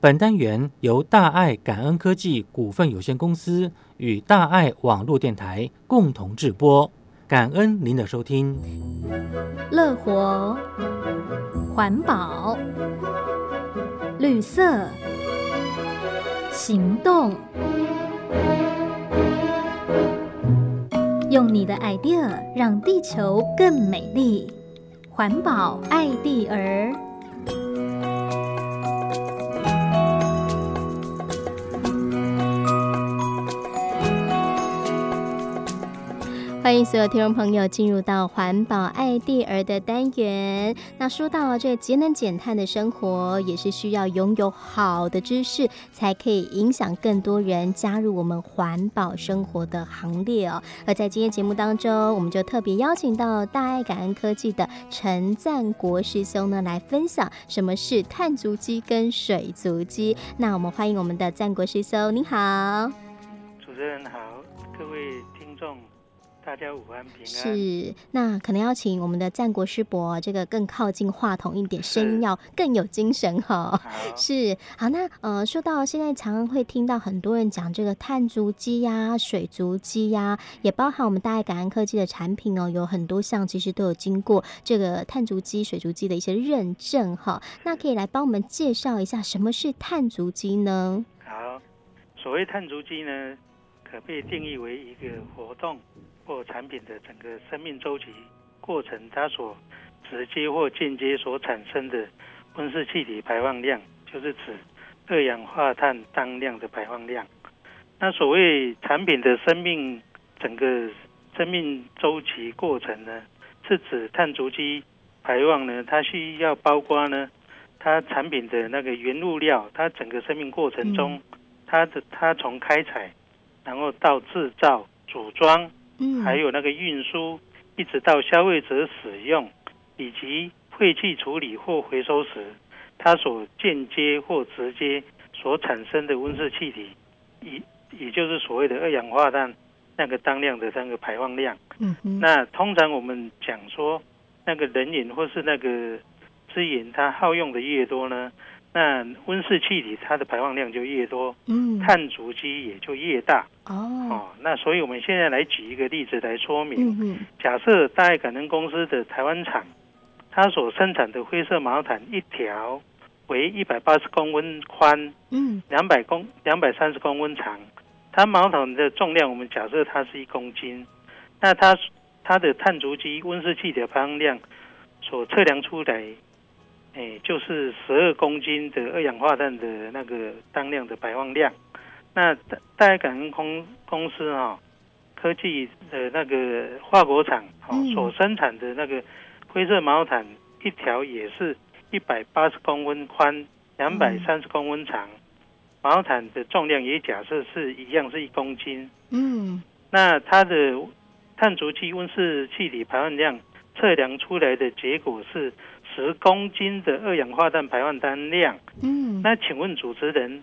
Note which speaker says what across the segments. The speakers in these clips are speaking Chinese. Speaker 1: 本单元由大爱感恩科技股份有限公司与大爱网络电台共同制播，感恩您的收听。
Speaker 2: 乐活、环保、绿色、行动，用你的 idea 让地球更美丽。环保爱地儿。欢迎所有听众朋友进入到环保爱地儿的单元。那说到这节能减碳的生活，也是需要拥有好的知识，才可以影响更多人加入我们环保生活的行列哦。而在今天节目当中，我们就特别邀请到大爱感恩科技的陈赞国师兄呢，来分享什么是碳足迹跟水足迹。那我们欢迎我们的赞国师兄，您好。
Speaker 3: 主持人好，各位听众，大家午安平安。
Speaker 2: 是，那可能要请我们的战国师伯哦这个更靠近话筒一点，声音
Speaker 3: 是
Speaker 2: 要更有精神哈、
Speaker 3: 好，
Speaker 2: 是，好，那呃，说到现在，常常会听到很多人讲这个碳足迹呀、水足迹呀、也包含我们大爱感恩科技的产品哦，有很多项其实都有经过这个碳足迹、水足迹的一些认证哈、那可以来帮我们介绍一下什么是碳足迹呢？
Speaker 3: 好。所谓碳足迹呢，可被定义为一个活动或产品的整个生命周期过程，它所直接或间接所产生的温室气体排放量，就是指二氧化碳当量的排放量。那所谓产品的生命整个生命周期过程呢，是指碳足迹排放呢，它需要包括呢，它产品的那个原物料，它整个生命过程中，它的它从开采，然后到制造、组装，
Speaker 2: 嗯，
Speaker 3: 还有那个运输，一直到消费者使用，以及废弃处理或回收时，它所间接或直接所产生的温室气体，也也就是所谓的二氧化碳那个当量的那个排放量。
Speaker 2: 嗯哼，
Speaker 3: 那通常我们讲说，那个人眼或是那个资源，它耗用的越多呢，那温室气体它的排放量就越多，
Speaker 2: 嗯，
Speaker 3: 碳足迹也就越大。
Speaker 2: 哦，
Speaker 3: 哦，那所以我们现在来举一个例子来说明。
Speaker 2: 嗯哼，
Speaker 3: 假设大爱感恩公司的台湾厂，它所生产的灰色毛毯一条为一百八十公分宽，
Speaker 2: 嗯
Speaker 3: 两百公两百三十公分长。它毛毯的重量，我们假设它是一公斤，那它它的碳足迹温室气体的排放量所测量出来，哎，就是十二公斤的二氧化碳的那个当量的排放量。那大大家感恩公公司哈、哦，科技的那个化国厂哦、
Speaker 2: 嗯
Speaker 3: 所生产的那个灰色毛毯一条也是一百八十公分宽，两百三十公分长，毛毯的重量也假设是一样是一公斤。
Speaker 2: 嗯，
Speaker 3: 那它的碳足迹温室气体排放量测量出来的结果是十公斤的二氧化碳排放单量。
Speaker 2: 嗯，
Speaker 3: 那请问主持人，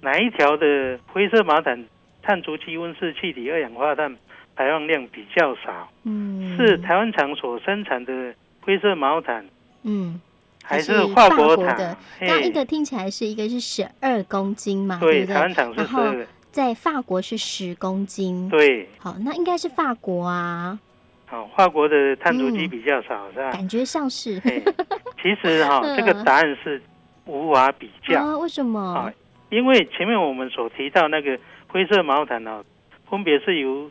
Speaker 3: 哪一条的灰色毛毯碳足迹温室气体二氧化碳排放量比较少？
Speaker 2: 嗯
Speaker 3: 是台湾厂所生产的灰色毛毯，
Speaker 2: 嗯，
Speaker 3: 还
Speaker 2: 还
Speaker 3: 是
Speaker 2: 是
Speaker 3: 跨国
Speaker 2: 法国
Speaker 3: 厂
Speaker 2: 的？
Speaker 3: 嘿
Speaker 2: 那一个听起来是一个是十二公斤嘛，
Speaker 3: 对，
Speaker 2: 不
Speaker 3: 台
Speaker 2: 对？
Speaker 3: 湾厂是
Speaker 2: 然
Speaker 3: 十
Speaker 2: 后
Speaker 3: 二，
Speaker 2: 在法国是十公斤。
Speaker 3: 对，
Speaker 2: 好，那应该是法国啊，
Speaker 3: 哦，跨国的碳足迹
Speaker 2: 嗯
Speaker 3: 比较少，是吧？
Speaker 2: 感觉像是。
Speaker 3: 嘿其实哈、
Speaker 2: 嗯
Speaker 3: 这个答案是无法比较，
Speaker 2: 啊，为什么
Speaker 3: 啊？因为前面我们所提到那个灰色毛毯哦，分别是由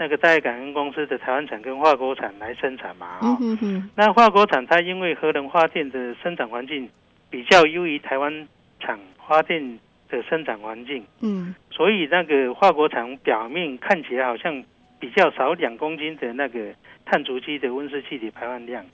Speaker 3: 那个大爱感恩公司的台湾产跟化国产来生产嘛、
Speaker 2: 嗯
Speaker 3: 哦，
Speaker 2: 哼哼，
Speaker 3: 那化国产它因为核能发电的生产环境比较优于台湾厂发电的生产环境，
Speaker 2: 嗯
Speaker 3: 所以那个化国厂表面看起来好像比较少两公斤的那个碳足迹的温室气体排放量，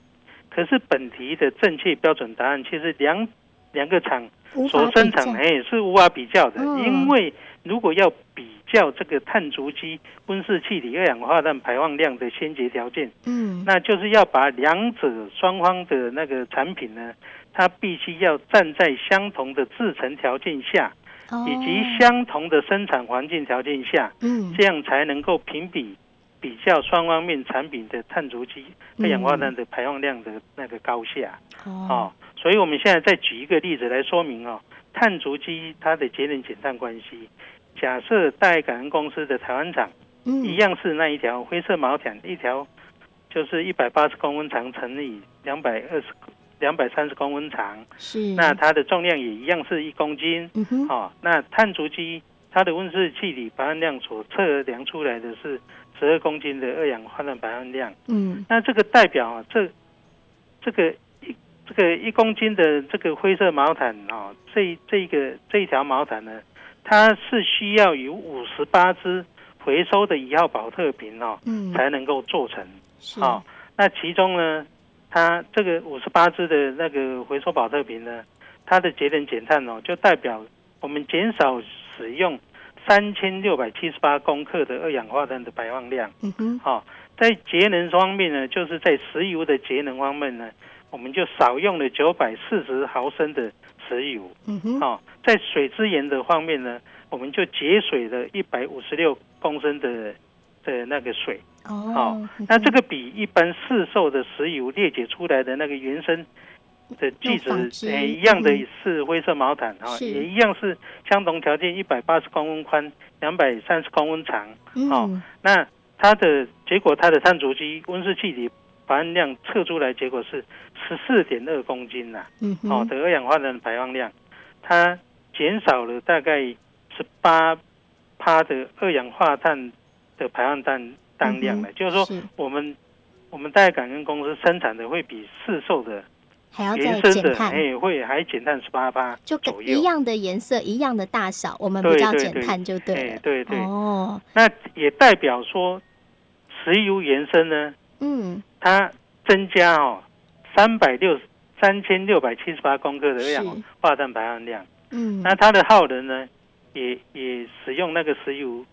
Speaker 3: 可是本题的正确标准答案其实两两个厂
Speaker 2: 无法
Speaker 3: 所
Speaker 2: 比
Speaker 3: 生产
Speaker 2: 较。
Speaker 3: 哎是无法比较的，
Speaker 2: 嗯
Speaker 3: 因为如果要比较这个碳足迹温室气体二氧化碳排放量的先决条件，
Speaker 2: 嗯
Speaker 3: 那就是要把两者双方的那个产品呢，它必须要站在相同的制成条件下。
Speaker 2: 哦
Speaker 3: 以及相同的生产环境条件下，
Speaker 2: 嗯
Speaker 3: 这样才能够评比比较双方面产品的碳足迹、二氧化碳的排放量的那个高下
Speaker 2: 嗯哦
Speaker 3: 哦。所以我们现在再举一个例子来说明哦，碳足迹它的节能减碳关系。假设戴感恩公司的台湾厂一
Speaker 2: 嗯
Speaker 3: 样是那一条灰色毛毯，一条就是一百八十公分长乘以两百二十、两百三十公分长，
Speaker 2: 是
Speaker 3: 那它的重量也一样是一公斤。
Speaker 2: 嗯哼
Speaker 3: 哦，那碳足迹它的温室气体排放量所测量出来的是十二公斤的二氧化碳排放量。
Speaker 2: 嗯
Speaker 3: 那这个代表啊，这这个一这个一公斤的这个灰色毛毯啊，这一这一个这一条毛毯呢，它是需要有五十八只回收的一号保特瓶哦，
Speaker 2: 嗯
Speaker 3: 才能够做成。
Speaker 2: 是
Speaker 3: 好、那其中呢，它这个五十八只的那个回收保特瓶呢，它的节能减碳哦，就代表我们减少使用三千六百七十八公克的二氧化碳的排放量。
Speaker 2: 嗯哼
Speaker 3: 好、在节能方面呢，就是在石油的节能方面呢，我们就少用了九百四十毫升的石油。
Speaker 2: 嗯哼
Speaker 3: 哦，在水资源的方面呢，我们就节水了一百五十六公升的的那个水。好
Speaker 2: 哦
Speaker 3: 那这个比一般市售的石油裂解出来的那个原生的
Speaker 2: 用
Speaker 3: 聚
Speaker 2: 纺织
Speaker 3: 酯，呃，一样的
Speaker 2: 嗯
Speaker 3: 是灰色毛毯啊、
Speaker 2: 是
Speaker 3: 也一样是相同条件，一百八十公分宽，两百三十公分长。
Speaker 2: 嗯
Speaker 3: 好
Speaker 2: 嗯
Speaker 3: 那它的结果，它的碳足迹温室气体排放量测出来结果是十四点二公斤呐、
Speaker 2: 嗯哼
Speaker 3: 哦的二氧化碳排放量，它减少了大概十八帕的二氧化碳的排放碳当量了，
Speaker 2: 嗯哼
Speaker 3: 就是说
Speaker 2: 是
Speaker 3: 我们我们代感恩公司生产的会比市售的
Speaker 2: 还要
Speaker 3: 原
Speaker 2: 再
Speaker 3: 生
Speaker 2: 减
Speaker 3: 的
Speaker 2: 碳，
Speaker 3: 哎会还减碳十八帕，
Speaker 2: 就
Speaker 3: 左
Speaker 2: 跟
Speaker 3: 右
Speaker 2: 一样的颜色、一样的大小，我们不
Speaker 3: 对
Speaker 2: 叫
Speaker 3: 对
Speaker 2: 减
Speaker 3: 对
Speaker 2: 碳就对
Speaker 3: 哎
Speaker 2: 了。
Speaker 3: 对对，
Speaker 2: 哦，
Speaker 3: 那也代表说石油原生呢，
Speaker 2: 嗯，
Speaker 3: 它增加哦三百六三千六百七十八公克的二
Speaker 2: 是，
Speaker 3: 氧化碳排放量，
Speaker 2: 嗯，
Speaker 3: 那它的耗能呢也也使用那个石油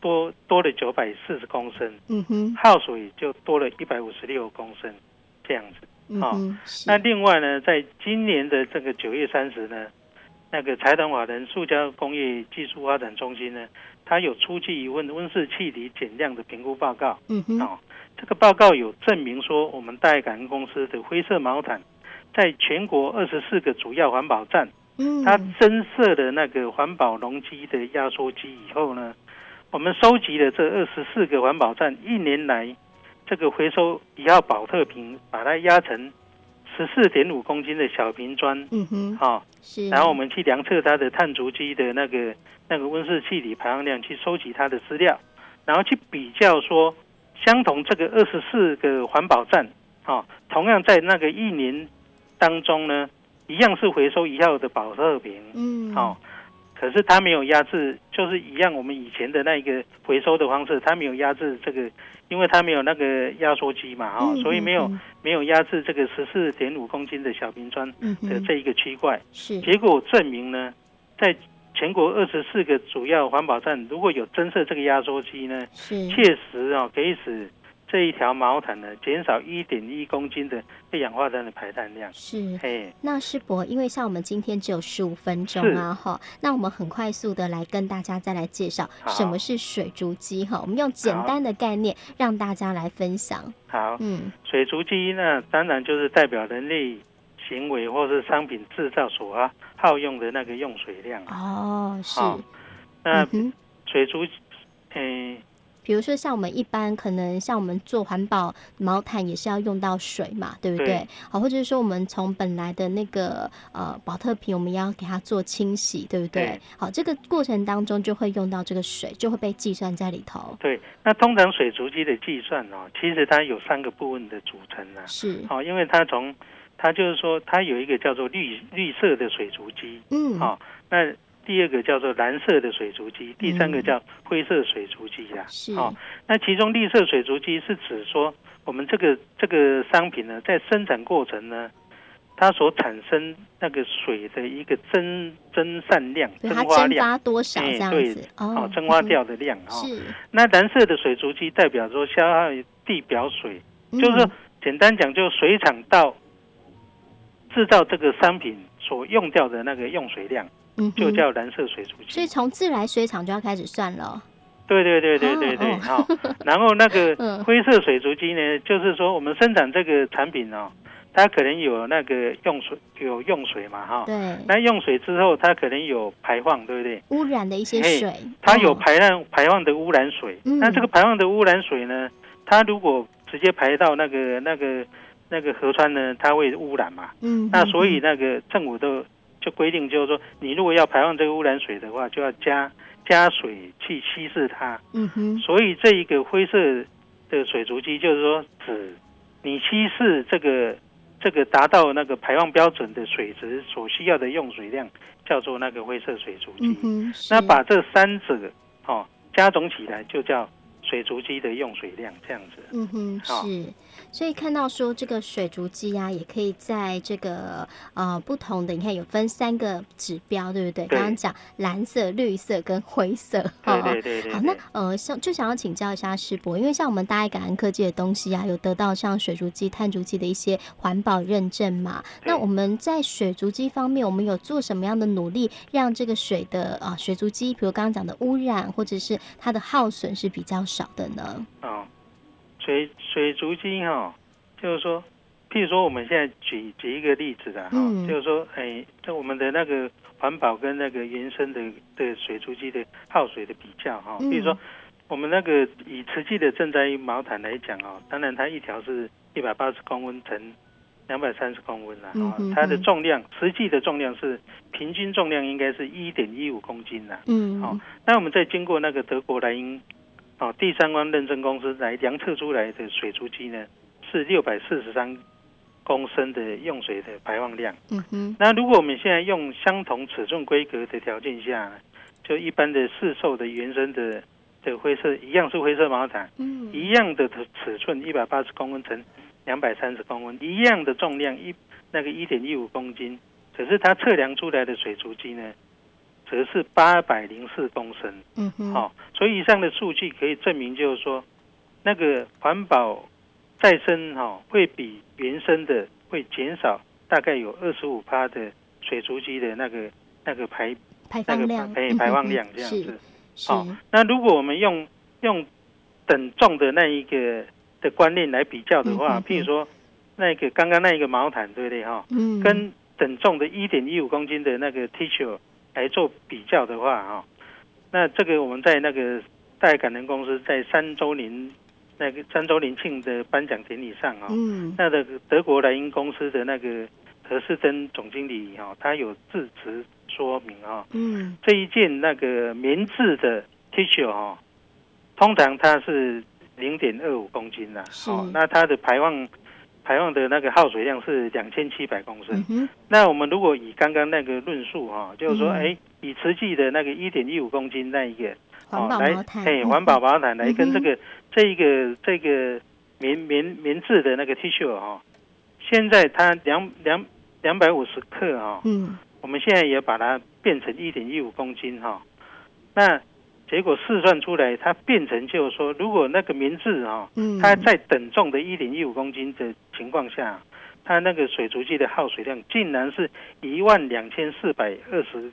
Speaker 3: 多多了九百四十公升，
Speaker 2: 嗯哼，
Speaker 3: 耗水就多了一百五十六公升这样
Speaker 2: 嗯
Speaker 3: 子。好
Speaker 2: 哼，是
Speaker 3: 那另外呢，在今年的这个九月三十呢，那个财团法人塑胶工业技术发展中心呢，它有出具一份温室气体减量的评估报告。
Speaker 2: 嗯哼，
Speaker 3: 哦，这个报告有证明说，我们大爱感恩公司的灰色毛毯，在全国二十四个主要环保站，
Speaker 2: 嗯，
Speaker 3: 它增设了那个环保容积的压缩机以后呢，我们收集了这二十四个环保站一年来这个回收一号保特瓶，把它压成十四点五公斤的小瓶砖，
Speaker 2: 嗯哼，
Speaker 3: 好、
Speaker 2: 是，
Speaker 3: 然后我们去量测它的碳足迹的那个那个温室气体排放量，去收集它的资料，然后去比较说，相同这个二十四个环保站啊、哦同样在那个一年当中呢，一样是回收一号的保特瓶，
Speaker 2: 嗯，
Speaker 3: 哦，可是它没有压制，就是一样我们以前的那一个回收的方式，它没有压制这个，因为它没有那个压缩机嘛，哦，
Speaker 2: 嗯
Speaker 3: 所以没有，
Speaker 2: 嗯
Speaker 3: 没有压制这个十四点五公斤的小瓶砖
Speaker 2: 嗯
Speaker 3: 的
Speaker 2: 哼，
Speaker 3: 这一个区块。
Speaker 2: 是，
Speaker 3: 结果证明呢，在全国二十四个主要环保站，如果有增设这个压缩机呢，
Speaker 2: 是，
Speaker 3: 确实啊、可以使这一条毛毯呢减少一点一公斤的二氧化碳的排碳量。
Speaker 2: 是，
Speaker 3: 哎，
Speaker 2: 那师伯，因为像我们今天只有十五分钟啊，哈，那我们很快速的来跟大家再来介绍
Speaker 3: 好
Speaker 2: 什么是水竹机哈，我们用简
Speaker 3: 好
Speaker 2: 单的概念让大家来分享。
Speaker 3: 好，
Speaker 2: 嗯
Speaker 3: 水足迹呢，当然就是代表人类行为或是商品制造所啊耗用的那个用水量。
Speaker 2: 哦，是，
Speaker 3: 好那
Speaker 2: 嗯哼，
Speaker 3: 水足，哎，
Speaker 2: 比如说像我们一般可能像我们做环保毛毯也是要用到水嘛，对不对？
Speaker 3: 对
Speaker 2: 好，或者是说我们从本来的那个呃保特瓶，我们也要给它做清洗，对不对？
Speaker 3: 对
Speaker 2: 好，这个过程当中就会用到这个水，就会被计算在里头。
Speaker 3: 对，那通常水足迹的计算哦，其实它有三个部分的组成啊。
Speaker 2: 是，
Speaker 3: 好、因为它从它就是说，它有一个叫做绿绿色的水足迹，
Speaker 2: 嗯，
Speaker 3: 好、那第二个叫做蓝色的水足迹，第三个
Speaker 2: 嗯
Speaker 3: 叫灰色水啊足迹啦。
Speaker 2: 是，
Speaker 3: 好、那其中绿色水足迹是指说，我们这个这个商品呢，在生产过程呢，它所产生那个水的一个蒸蒸散量、
Speaker 2: 比
Speaker 3: 蒸
Speaker 2: 如它
Speaker 3: 发
Speaker 2: 蒸
Speaker 3: 量，
Speaker 2: 发多少
Speaker 3: 哎
Speaker 2: 这样
Speaker 3: 对
Speaker 2: 子？
Speaker 3: 哦
Speaker 2: 哦，，
Speaker 3: 蒸发
Speaker 2: 嗯哼
Speaker 3: 掉的量哦。
Speaker 2: 是，
Speaker 3: 那蓝色的水足迹代表说消耗地表水。就是说
Speaker 2: 嗯
Speaker 3: 简单讲，就是水厂到制造这个商品所用掉的那个用水量，
Speaker 2: 嗯
Speaker 3: 就
Speaker 2: 哼
Speaker 3: 叫蓝色水溶
Speaker 2: 所以
Speaker 3: 剂。
Speaker 2: 从自来水厂就要开始算了。
Speaker 3: 对对对对对对，
Speaker 2: 哦
Speaker 3: 好、然后那个
Speaker 2: 嗯
Speaker 3: 灰色水溶机呢，就是说我们生产这个产品哦，它可能有那个用水有用水嘛哈，
Speaker 2: 对，哦
Speaker 3: 那用水之后它可能有排放，对不对？
Speaker 2: 污染的一些
Speaker 3: 嘿
Speaker 2: 水，
Speaker 3: 哎它有
Speaker 2: 嗯
Speaker 3: 排放排放的污染水，
Speaker 2: 嗯
Speaker 3: 那这个排放的污染水呢，它如果直接排到那个那个那个河川呢，它会污染嘛。
Speaker 2: 嗯，
Speaker 3: 那所以
Speaker 2: 嗯
Speaker 3: 那个政府都就规定，就是说你如果要排放这个污染水的话，就要加加水去稀释它。
Speaker 2: 嗯哼，
Speaker 3: 所以这一个灰色的水足迹，就是说指你稀释这个这个达到那个排放标准的水质所需要的用水量，叫做那个灰色水足迹。
Speaker 2: 嗯哼，是
Speaker 3: 那把这三者哦加总起来，就叫水足迹的用水量这样子。
Speaker 2: 嗯哼，
Speaker 3: 好
Speaker 2: 是，所以看到说这个水足迹啊，也可以在这个呃不同的，你看有分三个指标，对不对？
Speaker 3: 对
Speaker 2: 刚刚讲蓝色、绿色跟灰色，
Speaker 3: 对
Speaker 2: 哦
Speaker 3: 对对对
Speaker 2: 好，那
Speaker 3: 对。
Speaker 2: 呃，像就想要请教一下师伯，因为像我们大爱感恩科技的东西啊，有得到像水足迹、碳足迹的一些环保认证嘛？那
Speaker 3: 对
Speaker 2: 我们在水足迹方面，我们有做什么样的努力，让这个水的啊、水足迹，比如刚刚讲的污染或者是它的耗损是比较少的呢？
Speaker 3: 哦，水水足迹哈、哦，就是说，譬如说我们现在举举一个例子的哈、
Speaker 2: 嗯
Speaker 3: 就是说，哎，在我们的那个环保跟那个原生的的水足迹的耗水的比较哈、
Speaker 2: 嗯
Speaker 3: 譬如说我们那个以慈济的赈灾毛毯来讲哦，当然它一条是一百八十公分乘。两百三十公分啦、啊，
Speaker 2: 嗯哼
Speaker 3: 它的
Speaker 2: 哼
Speaker 3: 重量实际的重量是平均重量应该是一点一五公斤啦、
Speaker 2: 嗯，
Speaker 3: 好那我们再经过那个德国莱茵哦第三方认证公司来量测出来的水足迹呢，是六百四十三公升的用水的排放量。
Speaker 2: 嗯哼，
Speaker 3: 那如果我们现在用相同尺寸规格的条件下呢，就一般的市售的原生的的灰色一样是灰色毛毯，
Speaker 2: 嗯，
Speaker 3: 一样的尺寸一百八十公分乘两百三十公分，一样的重量一那个一点一五公斤，可是它测量出来的水足迹呢，则是八百零四公升。
Speaker 2: 嗯哼，
Speaker 3: 好、所以以上的数据可以证明，就是说，那个环保再生哈、会比原生的会减少大概有二十五趴的水足迹的那个那个排
Speaker 2: 排
Speaker 3: 那
Speaker 2: 放
Speaker 3: 个
Speaker 2: 量，
Speaker 3: 排
Speaker 2: 嗯
Speaker 3: 排放
Speaker 2: 哼
Speaker 3: 量这样
Speaker 2: 是
Speaker 3: 子。
Speaker 2: 是，
Speaker 3: 好那如果我们用用等重的那一个的观念来比较的话，
Speaker 2: 嗯嗯嗯
Speaker 3: 譬如说那个刚刚那一个毛毯，对不对哈、
Speaker 2: 嗯，
Speaker 3: 跟等重的1.15公斤的那个 T 恤来做比较的话，哈，那这个我们在那个戴感人公司在三周年那个三周年庆的颁奖典礼上啊、哦，
Speaker 2: 嗯
Speaker 3: 那个德国莱茵公司的那个何世珍总经理哈、哦，他有致辞说明啊、哦，
Speaker 2: 嗯
Speaker 3: 这一件那个棉质的 T 恤哦，通常它是零点二五公斤啦、
Speaker 2: 是
Speaker 3: 哦，那它的排放排放的那个耗水量是两千七百公升。
Speaker 2: 嗯哼，
Speaker 3: 那我们如果以刚刚那个论述哈、就是说，
Speaker 2: 嗯
Speaker 3: 哎、以实际的那个一点一五公斤那一个
Speaker 2: 环
Speaker 3: 哦
Speaker 2: 保
Speaker 3: 来
Speaker 2: 毛，毯，
Speaker 3: 哎，
Speaker 2: 嗯
Speaker 3: 环保，毛毯来
Speaker 2: 嗯
Speaker 3: 跟
Speaker 2: 哼
Speaker 3: 这个、这一个这个棉棉棉质的那个 T 恤哈、现在它两两两百五十克哦哈、
Speaker 2: 嗯
Speaker 3: 我们现在也把它变成一点一五公斤哈、那结果试算出来，它变成就是说，如果那个棉质哈、
Speaker 2: 嗯，
Speaker 3: 它在等重的一点一五公斤的情况下，它那个水足迹的耗水量竟然是一万两千四百二十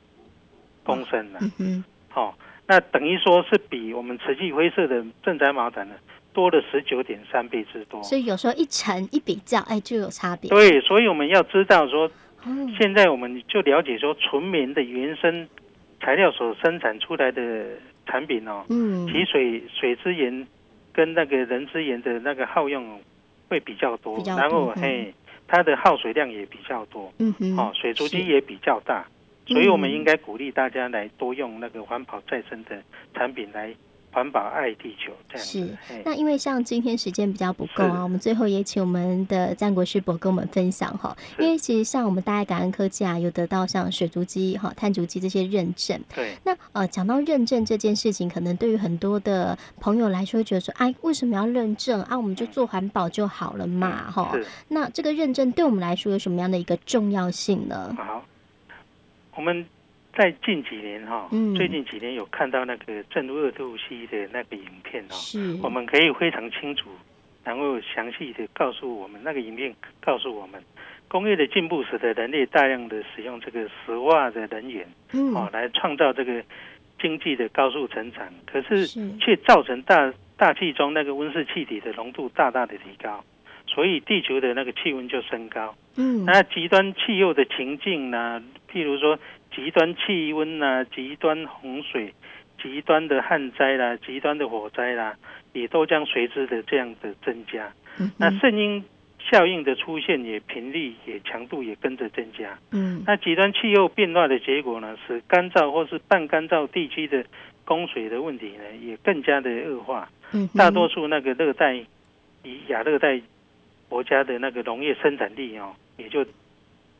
Speaker 3: 公升了、
Speaker 2: 嗯哼，
Speaker 3: 好、那等于说是比我们慈济灰色的正宅毛毯呢多了十九点三倍之多。
Speaker 2: 所以有时候一乘一比较，哎，就有差别。
Speaker 3: 哦对，所以我们要知道说，
Speaker 2: 嗯
Speaker 3: 现在我们就了解说，纯棉的原生材料所生产出来的产品哦，
Speaker 2: 嗯，
Speaker 3: 其水水资源跟那个人资源的那个耗用哦会比较多，
Speaker 2: 比较多
Speaker 3: 然后
Speaker 2: 嗯
Speaker 3: 嘿，它的耗水量也比较多，
Speaker 2: 嗯哼，
Speaker 3: 哦，水足迹
Speaker 2: 是
Speaker 3: 也比较大，所以我们
Speaker 2: 嗯
Speaker 3: 应该鼓励大家来多用那个环保再生的产品来环保爱地球，这样
Speaker 2: 是
Speaker 3: 子。嘿
Speaker 2: 那因为像今天时间比较不够啊，
Speaker 3: 是
Speaker 2: 我们最后也请我们的战国师伯跟我们分享哈。
Speaker 3: 是
Speaker 2: 因为其实像我们大爱感恩科技啊，有得到像水足迹哈、碳足迹这些认证。
Speaker 3: 对。
Speaker 2: 那呃，讲到认证这件事情，可能对于很多的朋友来说，觉得说，哎，为什么要认证啊？我们就做环保就好了嘛，哈
Speaker 3: 嗯是。
Speaker 2: 那这个认证对我们来说有什么样的一个重要性呢？
Speaker 3: 好，我们在近几年哈、
Speaker 2: 嗯
Speaker 3: 最近几年有看到那个正二度 C 的那个影片哦，
Speaker 2: 是，
Speaker 3: 我们可以非常清楚，然后详细的告诉我们那个影片告诉我们，工业的进步使得人类大量的使用这个石化的能源哦
Speaker 2: 嗯，，
Speaker 3: 来创造这个经济的高速成长，可是
Speaker 2: 是
Speaker 3: 却造成大大气中那个温室气体的浓度大大的提高，所以地球的那个气温就升高。
Speaker 2: 嗯
Speaker 3: 那极端气候的情境呢，譬如说极端气温呐、极端洪水、极端的旱灾啦、极端的火灾啦，也都将随之的这样的增加。
Speaker 2: 嗯
Speaker 3: 那
Speaker 2: 哼
Speaker 3: 圣婴效应的出现也频率也强度也跟着增加。
Speaker 2: 嗯
Speaker 3: 那极端气候变化的结果呢，使干燥或是半干燥地区的供水的问题呢，也更加的恶化。
Speaker 2: 嗯哼
Speaker 3: 大多数那个热带以亚热带国家的那个农业生产力哦，也就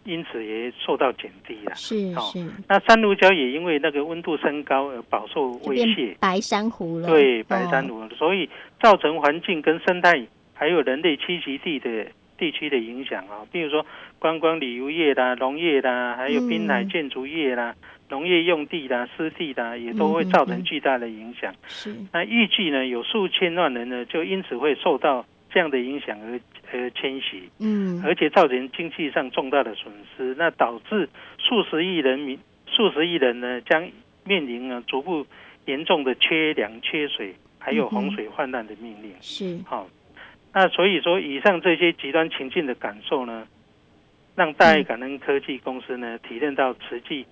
Speaker 3: 因此也受到减低了。
Speaker 2: 是
Speaker 3: 哦
Speaker 2: 是
Speaker 3: 那山芦礁也因为那个温度升高而饱受
Speaker 2: 就
Speaker 3: 威胁
Speaker 2: 变，白珊瑚了，
Speaker 3: 对白山
Speaker 2: 哦
Speaker 3: 芦，所以造成环境跟生态还有人类栖息地的地区的影响啊、比如说观光旅游业啦、农业啦，还有滨海
Speaker 2: 嗯
Speaker 3: 建筑业啦、农业用地啦、湿地啦，也都会
Speaker 2: 嗯嗯
Speaker 3: 造成
Speaker 2: 嗯
Speaker 3: 巨大的影响。
Speaker 2: 是
Speaker 3: 那预计呢，有数千万人呢，就因此会受到这样的影响而而迁徙，
Speaker 2: 嗯
Speaker 3: 而且造成经济上重大的损失，那导致数十亿人民、数十亿人呢将面临呢逐步严重的缺粮、缺水，还有
Speaker 2: 嗯哼
Speaker 3: 洪水泛滥的命令。
Speaker 2: 是
Speaker 3: 好、那所以说，以上这些极端情境的感受呢，让大爱感恩科技公司呢体验到慈济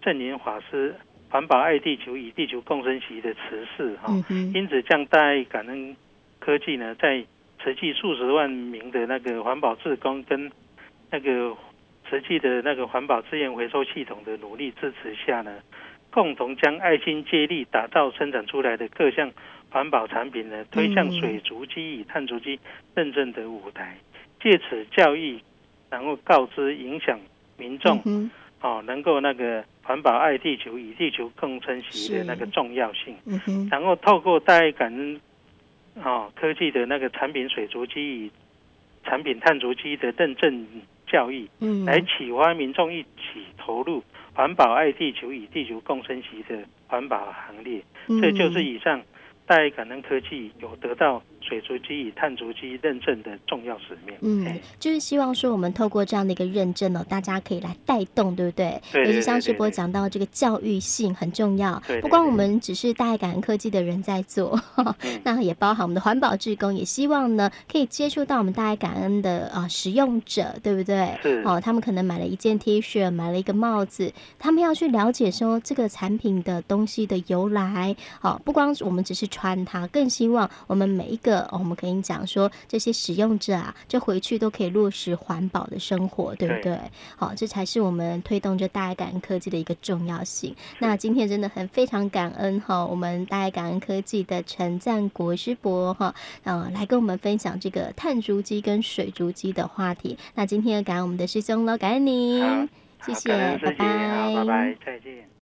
Speaker 3: 正言法师环保爱地球、与地球共生习的慈事哈、
Speaker 2: 嗯哼
Speaker 3: 因此，将大爱感恩科技呢，在慈济数十万名的那个环保志工跟那个慈济的那个环保资源回收系统的努力支持下呢，共同将爱心接力打造生产出来的各项环保产品呢，推向
Speaker 2: 嗯
Speaker 3: 水足迹与碳足迹认证的舞台，借此教育，然后告知影响民众
Speaker 2: 嗯、哼
Speaker 3: 哦，能够那个环保爱地球，与地球共生习的
Speaker 2: 是
Speaker 3: 那个重要性。
Speaker 2: 嗯哼
Speaker 3: 然后透过大爱感恩哦科技的那个产品水足迹与产品碳足迹的认证教育，
Speaker 2: 嗯
Speaker 3: 来启发民众一起投入环保爱地球与地球共生习的环保行列。这就是
Speaker 2: 嗯
Speaker 3: 以上大爱感恩科技有得到水足迹与碳足迹认证的重要使命。哎
Speaker 2: 嗯，就是希望说我们透过这样的一个认证哦，大家可以来带动，对不对？
Speaker 3: 对对
Speaker 2: 也是像
Speaker 3: 对
Speaker 2: 世
Speaker 3: 对
Speaker 2: 博
Speaker 3: 对
Speaker 2: 讲到这个教育性很重要，
Speaker 3: 对对
Speaker 2: 不光我
Speaker 3: 对
Speaker 2: 们只是大爱感恩科技的人在做，
Speaker 3: 嗯
Speaker 2: 那也包含我们的环保志工，也希望呢可以接触到我们大爱感恩的啊、呃使用者，对不对？
Speaker 3: 是
Speaker 2: 哦，他们可能买了一件 T 恤，买了一个帽子，他们要去了解说这个产品的东西的由来。哦，不光是我们只是穿它，更希望我们每一个，哦、我们跟你讲说，这些使用者啊，就回去都可以落实环保的生活，对不
Speaker 3: 对
Speaker 2: 对？好、这才是我们推动这大爱感恩科技的一个重要性。 那今天真的很非常感恩哈、我们大爱感恩科技的陈赞国师伯哈、呃，来跟我们分享这个碳足迹跟水足迹的话题。那今天也感恩我们的师兄喽，感恩您，谢
Speaker 3: 好好
Speaker 2: 谢，
Speaker 3: 感恩师
Speaker 2: 拜
Speaker 3: 姐好，拜拜，再见。